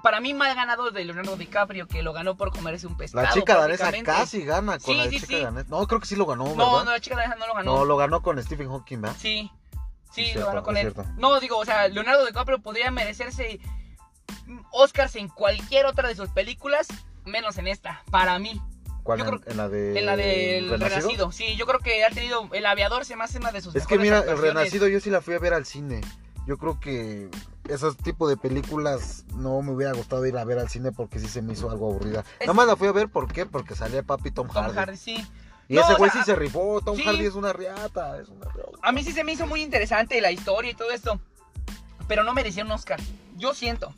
Speaker 2: para mí mal ganado de Leonardo DiCaprio, que lo ganó por comerse un pescado.
Speaker 1: La chica danesa
Speaker 2: prácticamente.
Speaker 1: casi gana con
Speaker 2: Sí,
Speaker 1: la
Speaker 2: sí,
Speaker 1: chica
Speaker 2: sí.
Speaker 1: danesa. No, creo que sí lo ganó, ¿verdad?
Speaker 2: No, no, la chica danesa no lo ganó.
Speaker 1: No, lo ganó con Stephen Hawking, ¿verdad?
Speaker 2: Sí, sí,
Speaker 1: Es
Speaker 2: lo
Speaker 1: cierto,
Speaker 2: ganó con
Speaker 1: es
Speaker 2: él.
Speaker 1: cierto.
Speaker 2: No, digo, o sea, Leonardo DiCaprio podría merecerse Oscars en cualquier otra de sus películas, menos en esta, para mí.
Speaker 1: ¿Cuál?
Speaker 2: Yo
Speaker 1: En,
Speaker 2: creo-
Speaker 1: en la de
Speaker 2: en la del Renacido. Sí, yo creo que ha tenido, El Aviador se me hace una de sus
Speaker 1: Es que
Speaker 2: mejores
Speaker 1: mira, el
Speaker 2: actuaciones.
Speaker 1: Renacido yo sí la fui a ver al cine. Yo creo que esos tipo de películas no me hubiera gustado ir a ver al cine porque sí se me hizo algo aburrida.
Speaker 2: Es-
Speaker 1: Nada más la fui a ver, ¿por qué? Porque salía papi Tom,
Speaker 2: Tom
Speaker 1: Hardy.
Speaker 2: Hardy, sí.
Speaker 1: Y
Speaker 2: No,
Speaker 1: ese
Speaker 2: o
Speaker 1: güey
Speaker 2: sea,
Speaker 1: sí se rifó. Tom
Speaker 2: sí.
Speaker 1: Hardy es una riata, es una riata.
Speaker 2: A mí sí se me hizo muy interesante la historia y todo esto. Pero no merecía un Oscar. Yo siento.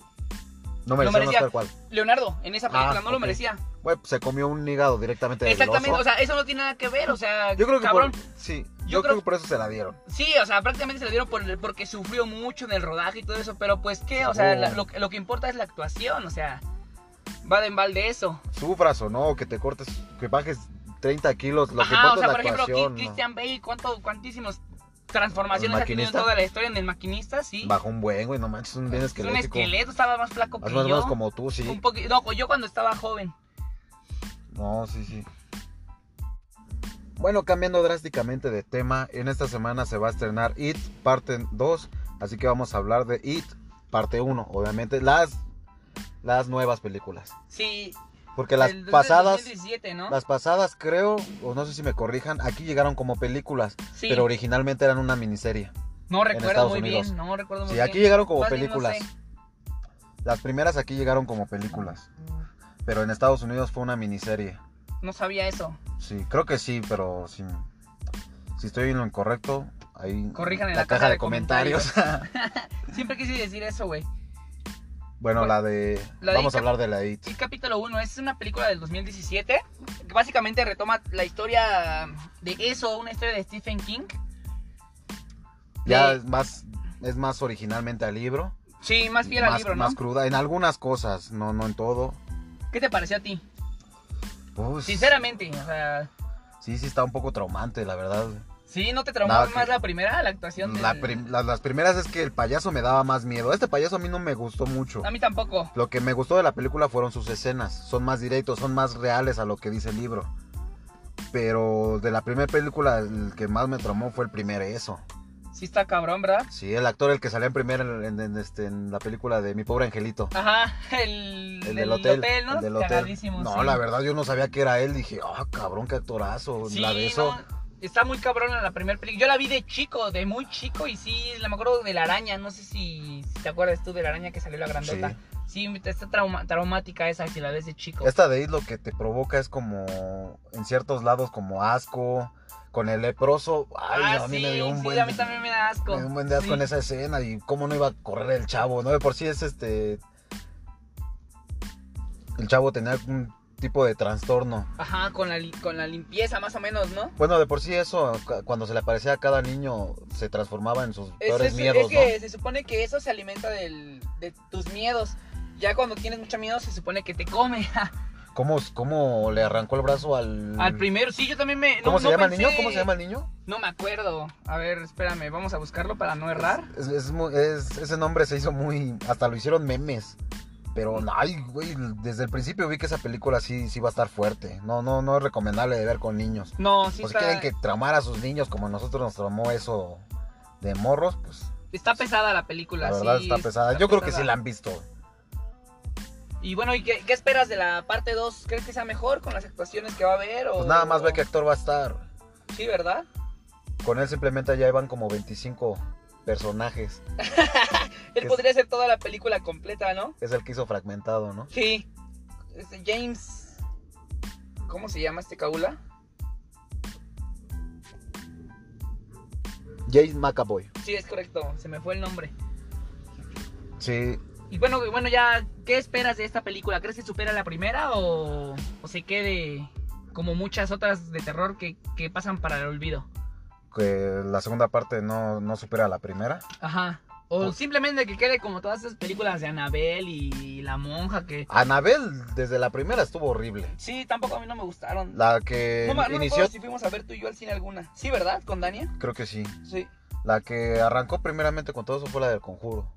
Speaker 1: No merecía,
Speaker 2: merecía.
Speaker 1: tal cual.
Speaker 2: Leonardo, en esa película
Speaker 1: Ah,
Speaker 2: no lo
Speaker 1: ok.
Speaker 2: merecía.
Speaker 1: Güey, pues, se comió un hígado directamente del
Speaker 2: Exactamente,
Speaker 1: oso.
Speaker 2: o sea, eso no tiene nada que ver, o sea,
Speaker 1: yo creo que
Speaker 2: cabrón.
Speaker 1: por, sí, yo,
Speaker 2: Yo
Speaker 1: creo,
Speaker 2: creo-
Speaker 1: que por eso se la dieron.
Speaker 2: Sí, o sea, prácticamente se lo dieron por el- porque sufrió mucho en el rodaje y todo eso, pero pues qué, o sea,
Speaker 1: Oh.
Speaker 2: la- lo, lo que importa es la actuación, o sea, va de en balde eso.
Speaker 1: Sufras o no, que te cortes, que bajes 30 kilos, lo que
Speaker 2: Ajá,
Speaker 1: importa
Speaker 2: o sea,
Speaker 1: es la
Speaker 2: por ejemplo, aquí
Speaker 1: actuación. ¿no?
Speaker 2: Christian Bale, cuánto, cuántísimos transformaciones
Speaker 1: ¿El
Speaker 2: ha tenido en
Speaker 1: maquinista?
Speaker 2: toda la historia en el maquinista, sí.
Speaker 1: Bajo un buen, güey, no manches, un bien
Speaker 2: Es un
Speaker 1: esquelético.
Speaker 2: esqueleto, estaba más flaco que
Speaker 1: Más o menos
Speaker 2: pues yo.
Speaker 1: como tú, sí.
Speaker 2: Un poqui- no, yo cuando estaba joven.
Speaker 1: No, sí, sí. Bueno, cambiando drásticamente de tema, en esta semana se va a estrenar It, parte 2, así que vamos a hablar de It, parte 1, obviamente, las, las nuevas películas.
Speaker 2: Sí,
Speaker 1: Porque las
Speaker 2: el
Speaker 1: pasadas,
Speaker 2: 2017, ¿no?
Speaker 1: las pasadas creo, o no sé si me corrijan, aquí llegaron como películas,
Speaker 2: Sí,
Speaker 1: pero originalmente eran una miniserie.
Speaker 2: no recuerdo
Speaker 1: Estados
Speaker 2: muy
Speaker 1: Unidos.
Speaker 2: bien, no recuerdo muy
Speaker 1: Sí,
Speaker 2: bien.
Speaker 1: aquí llegaron como
Speaker 2: Más bien, no
Speaker 1: películas. Las primeras aquí llegaron como películas, pero en Estados Unidos fue una miniserie.
Speaker 2: No sabía eso.
Speaker 1: Sí, creo que sí, pero si, si estoy en lo incorrecto, ahí
Speaker 2: Corrijan en
Speaker 1: la, caja, de comentarios.
Speaker 2: Siempre quise decir eso, güey.
Speaker 1: bueno, la de...
Speaker 2: La de
Speaker 1: vamos a
Speaker 2: Ica-
Speaker 1: hablar de la IT.
Speaker 2: Sí, capítulo 1, es una película del 2017 que básicamente retoma la historia de eso, una historia de Stephen King.
Speaker 1: Ya
Speaker 2: de-
Speaker 1: es más, es más originalmente al libro.
Speaker 2: Sí, más fiel al libro, ¿no?
Speaker 1: más cruda, en algunas cosas, no, no en todo.
Speaker 2: ¿Qué te pareció a ti?
Speaker 1: Uy,
Speaker 2: Sinceramente, o sea,
Speaker 1: Sí, sí está un poco traumante, la verdad.
Speaker 2: ¿sí no te traumó
Speaker 1: No,
Speaker 2: más
Speaker 1: que-
Speaker 2: la primera, la actuación?
Speaker 1: La
Speaker 2: del-
Speaker 1: prim- las, las primeras es que el payaso me daba más miedo. Este payaso a mí no me gustó mucho.
Speaker 2: A mí tampoco.
Speaker 1: Lo que me gustó de la película fueron sus escenas. Son más directos, son más reales a lo que dice el libro. Pero de la primera película, el que más me traumó fue el primer eso.
Speaker 2: Sí está cabrón, ¿verdad?
Speaker 1: Sí, el actor, el que salía en primer en, en- este, en la película de Mi Pobre Angelito.
Speaker 2: Ajá, el,
Speaker 1: El del hotel.
Speaker 2: ¿no?
Speaker 1: el del hotel.
Speaker 2: Cagadísimo,
Speaker 1: No,
Speaker 2: sí.
Speaker 1: la verdad yo no sabía que era él. Dije, ah, cabrón, qué actorazo.
Speaker 2: Sí,
Speaker 1: la de eso.
Speaker 2: no, Está muy cabrón en la primera película. Yo la vi de chico, de muy chico, y sí, la me acuerdo de la araña. No sé si, si te acuerdas tú de la araña que salió la
Speaker 1: Sí.
Speaker 2: grandota. Sí, está trauma- traumática esa si la ves de chico.
Speaker 1: Esta de ahí lo que te provoca es como, en ciertos lados, como asco. Con el leproso. Ay,
Speaker 2: ah,
Speaker 1: no, a mí
Speaker 2: sí,
Speaker 1: me dio un
Speaker 2: sí,
Speaker 1: buen.
Speaker 2: a mí también me da asco.
Speaker 1: Me dio un buen de asco
Speaker 2: Sí.
Speaker 1: en esa escena y cómo no iba a correr el chavo, ¿no? De por sí es este. El chavo tenía un tipo de trastorno.
Speaker 2: Ajá, con la, li- con la limpieza más o menos, ¿no?
Speaker 1: Bueno, de por sí eso, cu- cuando se le aparecía a cada niño, se transformaba en sus
Speaker 2: Es,
Speaker 1: peores
Speaker 2: es-
Speaker 1: miedos,
Speaker 2: es que se supone que eso se alimenta del- de tus miedos. Ya cuando tienes mucho miedo se supone que te come.
Speaker 1: ¿no? ¿Cómo, cómo le arrancó el brazo al.
Speaker 2: Al primero, sí, yo también me... no-
Speaker 1: Mm. ¿Cómo se
Speaker 2: no
Speaker 1: llama el
Speaker 2: pensé-
Speaker 1: niño? ¿Cómo se llama el niño?
Speaker 2: No me acuerdo. A ver, espérame, vamos a buscarlo para no errar.
Speaker 1: Es, es muy- es- ese nombre se hizo muy. Hasta lo hicieron memes. Pero,
Speaker 2: Mm.
Speaker 1: ay, güey, desde el principio vi que esa película sí, sí va a estar fuerte. No, no, no es recomendable de ver con niños.
Speaker 2: No, sí
Speaker 1: Pues
Speaker 2: está,
Speaker 1: quieren que tramar a sus niños como nosotros nos tramó eso de morros, pues
Speaker 2: está pesada la película.
Speaker 1: la verdad
Speaker 2: sí,
Speaker 1: está pesada. Yo creo que sí
Speaker 2: pesada.
Speaker 1: la han visto.
Speaker 2: Y bueno, ¿y qué, qué esperas de la parte 2? ¿Crees que sea mejor con las actuaciones que va a haber? O...
Speaker 1: Pues nada más ve qué actor va a estar.
Speaker 2: Sí, ¿verdad?
Speaker 1: Con él simplemente ya iban como 25 personajes.
Speaker 2: Él
Speaker 1: Es-
Speaker 2: podría hacer toda la película completa, ¿no?
Speaker 1: Es el que hizo fragmentado, ¿no?
Speaker 2: Sí. Este James... ¿Cómo se llama este caula?
Speaker 1: James McAvoy.
Speaker 2: Sí, es correcto. Se me fue el nombre.
Speaker 1: Sí,
Speaker 2: Y bueno, y bueno, ya, ¿qué esperas de esta película? ¿Crees que supera la primera o, o se quede como muchas otras de terror que, que pasan para el olvido?
Speaker 1: que la segunda parte no, no supera a la primera.
Speaker 2: Ajá. O
Speaker 1: Pues-
Speaker 2: simplemente que quede como todas esas películas de Anabel y La Monja que...
Speaker 1: Anabel desde la primera estuvo horrible.
Speaker 2: Sí, tampoco a mí no me gustaron.
Speaker 1: La que
Speaker 2: No, ma- no me
Speaker 1: inició,
Speaker 2: acuerdo si fuimos a ver tú y yo al cine alguna. Sí, ¿verdad? ¿Con Dania?
Speaker 1: creo que sí.
Speaker 2: Sí.
Speaker 1: La que arrancó primeramente con todo eso fue la del conjuro.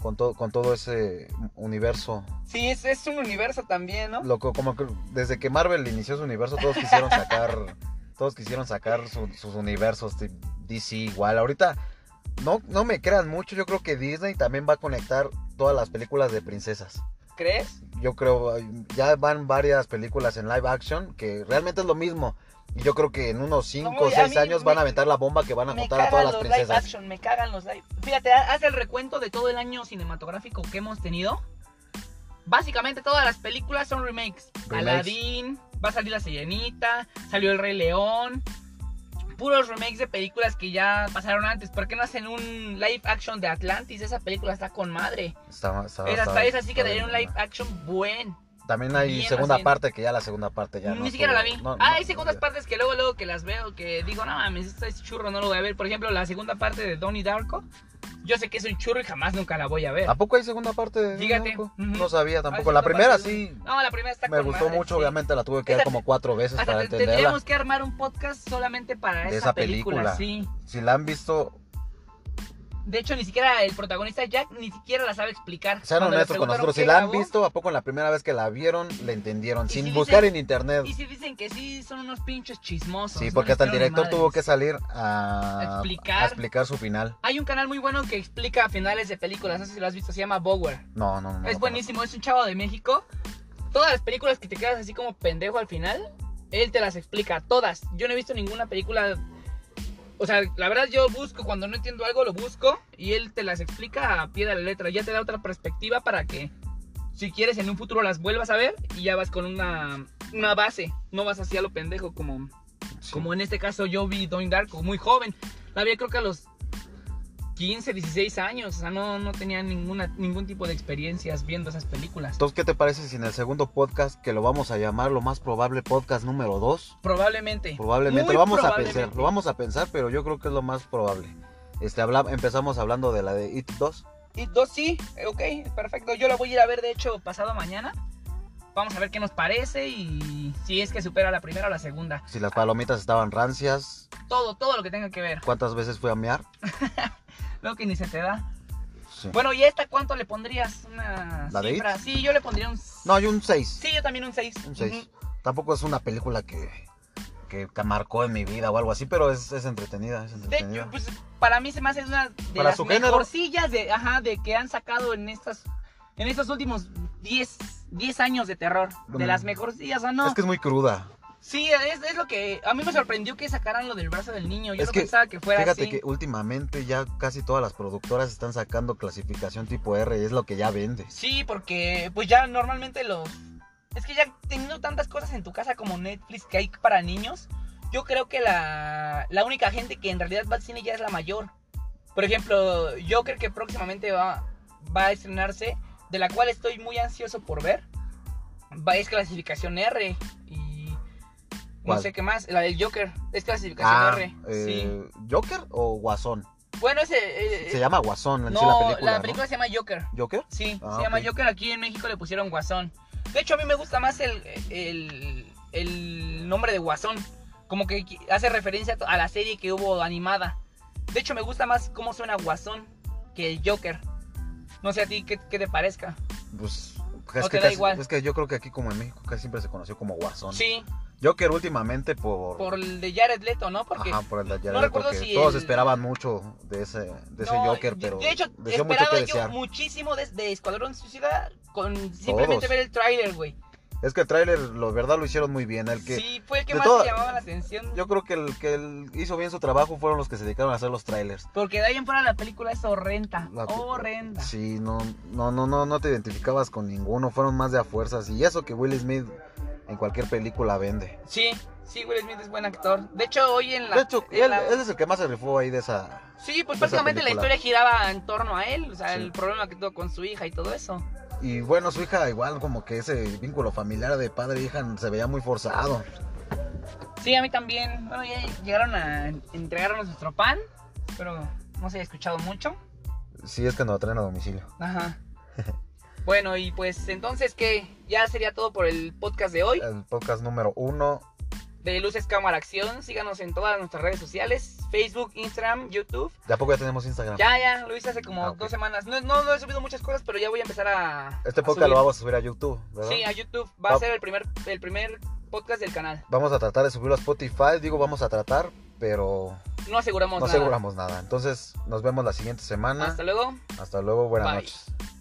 Speaker 1: Con, to- con todo ese universo
Speaker 2: Sí, es, es un universo también, ¿no?
Speaker 1: Loco, como que desde que Marvel inició su universo, todos quisieron sacar. todos quisieron sacar su- sus universos. de DC igual. Ahorita, no, no me crean mucho. Yo creo que Disney también va a conectar todas las películas de princesas.
Speaker 2: ¿Crees?
Speaker 1: Yo creo, ay, ya van varias películas en live action que realmente es lo mismo. Y yo creo que en unos 5
Speaker 2: No,
Speaker 1: o
Speaker 2: a
Speaker 1: 6
Speaker 2: mí
Speaker 1: años
Speaker 2: me-
Speaker 1: van a aventar la bomba que van a
Speaker 2: Me
Speaker 1: contar a todas
Speaker 2: cagan
Speaker 1: las
Speaker 2: los live
Speaker 1: princesas.
Speaker 2: action, me cagan los live. Fíjate, ha- haz el recuento de todo el año cinematográfico que hemos tenido. Básicamente todas las películas son remakes.
Speaker 1: Remakes.
Speaker 2: Aladdin, va a salir La Sirenita, salió El Rey León. Puros remakes de películas que ya pasaron antes. ¿Por qué no hacen un live action de Atlantis? Esa película está con madre.
Speaker 1: Está- Ah, está-
Speaker 2: es, hasta,
Speaker 1: está-
Speaker 2: es así que
Speaker 1: está bien
Speaker 2: daría un live
Speaker 1: buena.
Speaker 2: action buen.
Speaker 1: También hay
Speaker 2: bien
Speaker 1: segunda
Speaker 2: haciendo.
Speaker 1: parte, que ya la segunda parte ya.
Speaker 2: Ni
Speaker 1: no
Speaker 2: siquiera la
Speaker 1: estuvo-
Speaker 2: vi.
Speaker 1: no-
Speaker 2: ah,
Speaker 1: no-
Speaker 2: hay segundas partes que luego, luego que las veo, que digo, no mames, esto es churro, no lo voy a ver. Por ejemplo, la segunda parte de Donnie Darko, yo sé que es un churro y jamás nunca la voy a ver.
Speaker 1: ¿A poco hay segunda parte? de
Speaker 2: Fíjate,
Speaker 1: Naruto?
Speaker 2: ujú.
Speaker 1: No sabía tampoco.
Speaker 2: Hay
Speaker 1: La
Speaker 2: segunda
Speaker 1: primera
Speaker 2: parte.
Speaker 1: sí
Speaker 2: No, la primera está
Speaker 1: me
Speaker 2: con
Speaker 1: gustó
Speaker 2: madre,
Speaker 1: mucho,
Speaker 2: sí.
Speaker 1: obviamente la tuve que ver
Speaker 2: Esa-
Speaker 1: como cuatro veces
Speaker 2: Hasta
Speaker 1: para
Speaker 2: te-
Speaker 1: entenderla.
Speaker 2: tendríamos que armar un podcast solamente para
Speaker 1: De
Speaker 2: esa
Speaker 1: esa película.
Speaker 2: película, sí.
Speaker 1: Si la han visto,
Speaker 2: De hecho, ni siquiera el protagonista Jack ni siquiera la sabe explicar.
Speaker 1: Sean
Speaker 2: Cuando le
Speaker 1: honestos con
Speaker 2: preguntaron
Speaker 1: nosotros.
Speaker 2: qué
Speaker 1: Si la han
Speaker 2: grabó,
Speaker 1: visto, ¿a poco en la primera vez que la vieron la entendieron?
Speaker 2: Y
Speaker 1: Sin
Speaker 2: si
Speaker 1: buscar
Speaker 2: dicen-
Speaker 1: en internet.
Speaker 2: Y si dicen que sí, son unos pinches chismosos.
Speaker 1: Sí,
Speaker 2: no
Speaker 1: porque
Speaker 2: les
Speaker 1: hasta el
Speaker 2: creo ni
Speaker 1: director tuvo
Speaker 2: madres.
Speaker 1: que salir a,
Speaker 2: A explicar.
Speaker 1: a explicar su final.
Speaker 2: Hay un canal muy bueno que explica finales de películas, no sé si lo has visto, se llama Bower.
Speaker 1: No, no, no. no
Speaker 2: es
Speaker 1: lo
Speaker 2: buenísimo, es un chavo de México. Todas las películas que te quedas así como pendejo al final, él te las explica, todas. Yo no he visto ninguna película... O sea, la verdad yo busco, cuando no entiendo algo lo busco y él te las explica a pie de la letra, ya te da otra perspectiva para que si quieres en un futuro las vuelvas a ver y ya vas con una, una base, no vas así a lo pendejo como
Speaker 1: conozco. Sí.
Speaker 2: como en este caso yo vi Donnie Darko muy joven. La vi creo que a los 15, 16 años. O sea, no, no tenía ninguna, ningún tipo de experiencias viendo esas películas.
Speaker 1: Entonces, ¿qué te parece si en el segundo podcast, que lo vamos a llamar lo más probable podcast número 2,
Speaker 2: Probablemente.
Speaker 1: probablemente
Speaker 2: muy
Speaker 1: lo vamos
Speaker 2: probablemente.
Speaker 1: a pensar, lo vamos a pensar, pero yo creo que es lo más probable. Este, habla- empezamos hablando de la de It 2.
Speaker 2: Y dos sí, eh, ok, perfecto. Yo la voy a ir a ver, de hecho, pasado mañana. Vamos a ver qué nos parece y si es que supera la primera o la segunda.
Speaker 1: Si las palomitas estaban rancias,
Speaker 2: Todo, todo lo que tenga que ver.
Speaker 1: ¿cuántas veces fui a mear? Pues,
Speaker 2: Lo que ni se te da.
Speaker 1: Sí.
Speaker 2: Bueno, ¿y a esta cuánto le pondrías? Una
Speaker 1: ¿La de
Speaker 2: cifra. sí, yo le pondría un...
Speaker 1: No, yo un 6.
Speaker 2: Sí, yo también un 6.
Speaker 1: Un 6. Tampoco es una película que, que ca- marcó en mi vida o algo así, pero es, es entretenida, es
Speaker 2: De
Speaker 1: entretenida.
Speaker 2: hecho, pues, para mí se me hace una de
Speaker 1: Para
Speaker 2: las
Speaker 1: su género.
Speaker 2: mejorcillas de, ajá, de que han sacado en estas en estos últimos 10, 10 años de terror. De
Speaker 1: Mm.
Speaker 2: las mejorcillas, ¿o no?
Speaker 1: Es que es muy cruda.
Speaker 2: Sí, es, es lo que... A mí me sorprendió que sacaran lo del brazo del niño. Yo
Speaker 1: Es
Speaker 2: no
Speaker 1: que-
Speaker 2: pensaba que fuera
Speaker 1: Fíjate
Speaker 2: así.
Speaker 1: que últimamente ya casi todas las productoras están sacando clasificación tipo R y es lo que ya vende.
Speaker 2: Sí, porque pues ya normalmente los... Es que ya teniendo tantas cosas en tu casa como Netflix que hay para niños, yo creo que la, la única gente que en realidad va al cine ya es la mayor. Por ejemplo, yo creo que próximamente va, va a estrenarse, de la cual estoy muy ansioso por ver. Va, es clasificación R y... No
Speaker 1: ¿Cuál?
Speaker 2: sé qué más, la del Joker, es clasificación
Speaker 1: Ah,
Speaker 2: R. Sí.
Speaker 1: eh, ¿Joker o Guasón?
Speaker 2: Bueno, ese... eh,
Speaker 1: Se llama Guasón en
Speaker 2: no,
Speaker 1: sí la película, ¿no?
Speaker 2: se llama Joker.
Speaker 1: ¿Joker?
Speaker 2: Sí,
Speaker 1: Ah,
Speaker 2: se llama
Speaker 1: ok.
Speaker 2: Joker. Aquí en México le pusieron Guasón. De hecho, a mí me gusta más el, el, el nombre de Guasón. Como que hace referencia a to- a la serie que hubo animada. De hecho, me gusta más cómo suena Guasón que el Joker. No sé a ti qué, qué te parezca.
Speaker 1: Pues...
Speaker 2: ¿O
Speaker 1: Es
Speaker 2: te
Speaker 1: que,
Speaker 2: da
Speaker 1: casi-
Speaker 2: igual?
Speaker 1: es que yo creo que aquí como en México casi siempre se conoció como Guasón.
Speaker 2: Sí,
Speaker 1: Joker últimamente por...
Speaker 2: por el de Jared Leto, ¿no? Porque
Speaker 1: Ajá, por el de
Speaker 2: no
Speaker 1: Jared,
Speaker 2: recuerdo
Speaker 1: porque
Speaker 2: si
Speaker 1: todos
Speaker 2: el-
Speaker 1: esperaban mucho de ese, de ese
Speaker 2: No,
Speaker 1: Joker,
Speaker 2: de-
Speaker 1: pero
Speaker 2: De hecho,
Speaker 1: deseó mucho
Speaker 2: esperaba
Speaker 1: que
Speaker 2: yo
Speaker 1: desear.
Speaker 2: muchísimo de, de Escuadrón Suicida con simplemente
Speaker 1: Todos.
Speaker 2: ver el tráiler, güey.
Speaker 1: Es que el tráiler, la verdad, lo hicieron muy bien. El que,
Speaker 2: Sí, fue el que
Speaker 1: de
Speaker 2: más
Speaker 1: toda-
Speaker 2: me llamaba la atención.
Speaker 1: Yo creo que el que el- hizo bien su trabajo fueron los que se dedicaron a hacer los trailers.
Speaker 2: Porque de ahí en fuera la película es horrenda.
Speaker 1: La-
Speaker 2: horrenda.
Speaker 1: Sí, no, no, no, no, no te identificabas con ninguno, fueron más de a fuerzas. Y eso que Will Smith en cualquier película vende.
Speaker 2: Sí, sí, Will Smith es buen actor. De hecho, hoy en la.
Speaker 1: De hecho,
Speaker 2: en
Speaker 1: él,
Speaker 2: la-
Speaker 1: él es el que más se rifó ahí de esa.
Speaker 2: Sí, pues
Speaker 1: esa
Speaker 2: prácticamente la
Speaker 1: película.
Speaker 2: historia giraba en torno a él. O sea,
Speaker 1: Sí.
Speaker 2: el problema que tuvo con su hija y todo eso.
Speaker 1: Y bueno, su hija igual, como que ese vínculo familiar de padre e hija se veía muy forzado.
Speaker 2: Sí, a mí también. Bueno, ya llegaron a entregarnos nuestro pan, pero no se ha escuchado mucho.
Speaker 1: Sí, es que nos lo traen a domicilio.
Speaker 2: Ajá. Bueno, y pues entonces, ¿qué? Ya sería todo por el podcast de hoy.
Speaker 1: El podcast número uno.
Speaker 2: De Luces Cámara Acción. Síganos en todas nuestras redes sociales: Facebook, Instagram, YouTube.
Speaker 1: ¿De a poco ya tenemos Instagram?
Speaker 2: Ya, ya, lo hice hace como
Speaker 1: Ah, ok.
Speaker 2: dos semanas. No, no, no he subido muchas cosas, pero ya voy a empezar a.
Speaker 1: Este
Speaker 2: a
Speaker 1: podcast lo
Speaker 2: subir.
Speaker 1: vamos a subir a YouTube, ¿verdad?
Speaker 2: Sí, a YouTube. Va a
Speaker 1: Va-
Speaker 2: ser el primer, el primer podcast del canal.
Speaker 1: Vamos a tratar de subirlo a Spotify, digo vamos a tratar, pero
Speaker 2: No aseguramos
Speaker 1: no
Speaker 2: nada.
Speaker 1: aseguramos nada. Entonces, nos vemos la siguiente semana.
Speaker 2: Hasta luego.
Speaker 1: Hasta luego, buenas
Speaker 2: Bye.
Speaker 1: noches.